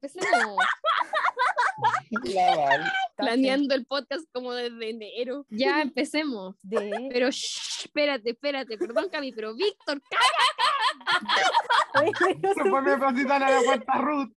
empecemos La Val. planeando el podcast como desde enero. Ya empecemos. De... Pero shh, espérate, espérate, perdón Cami, pero Víctor, Oye, pero Se pone cosita en la cuenta Ruth.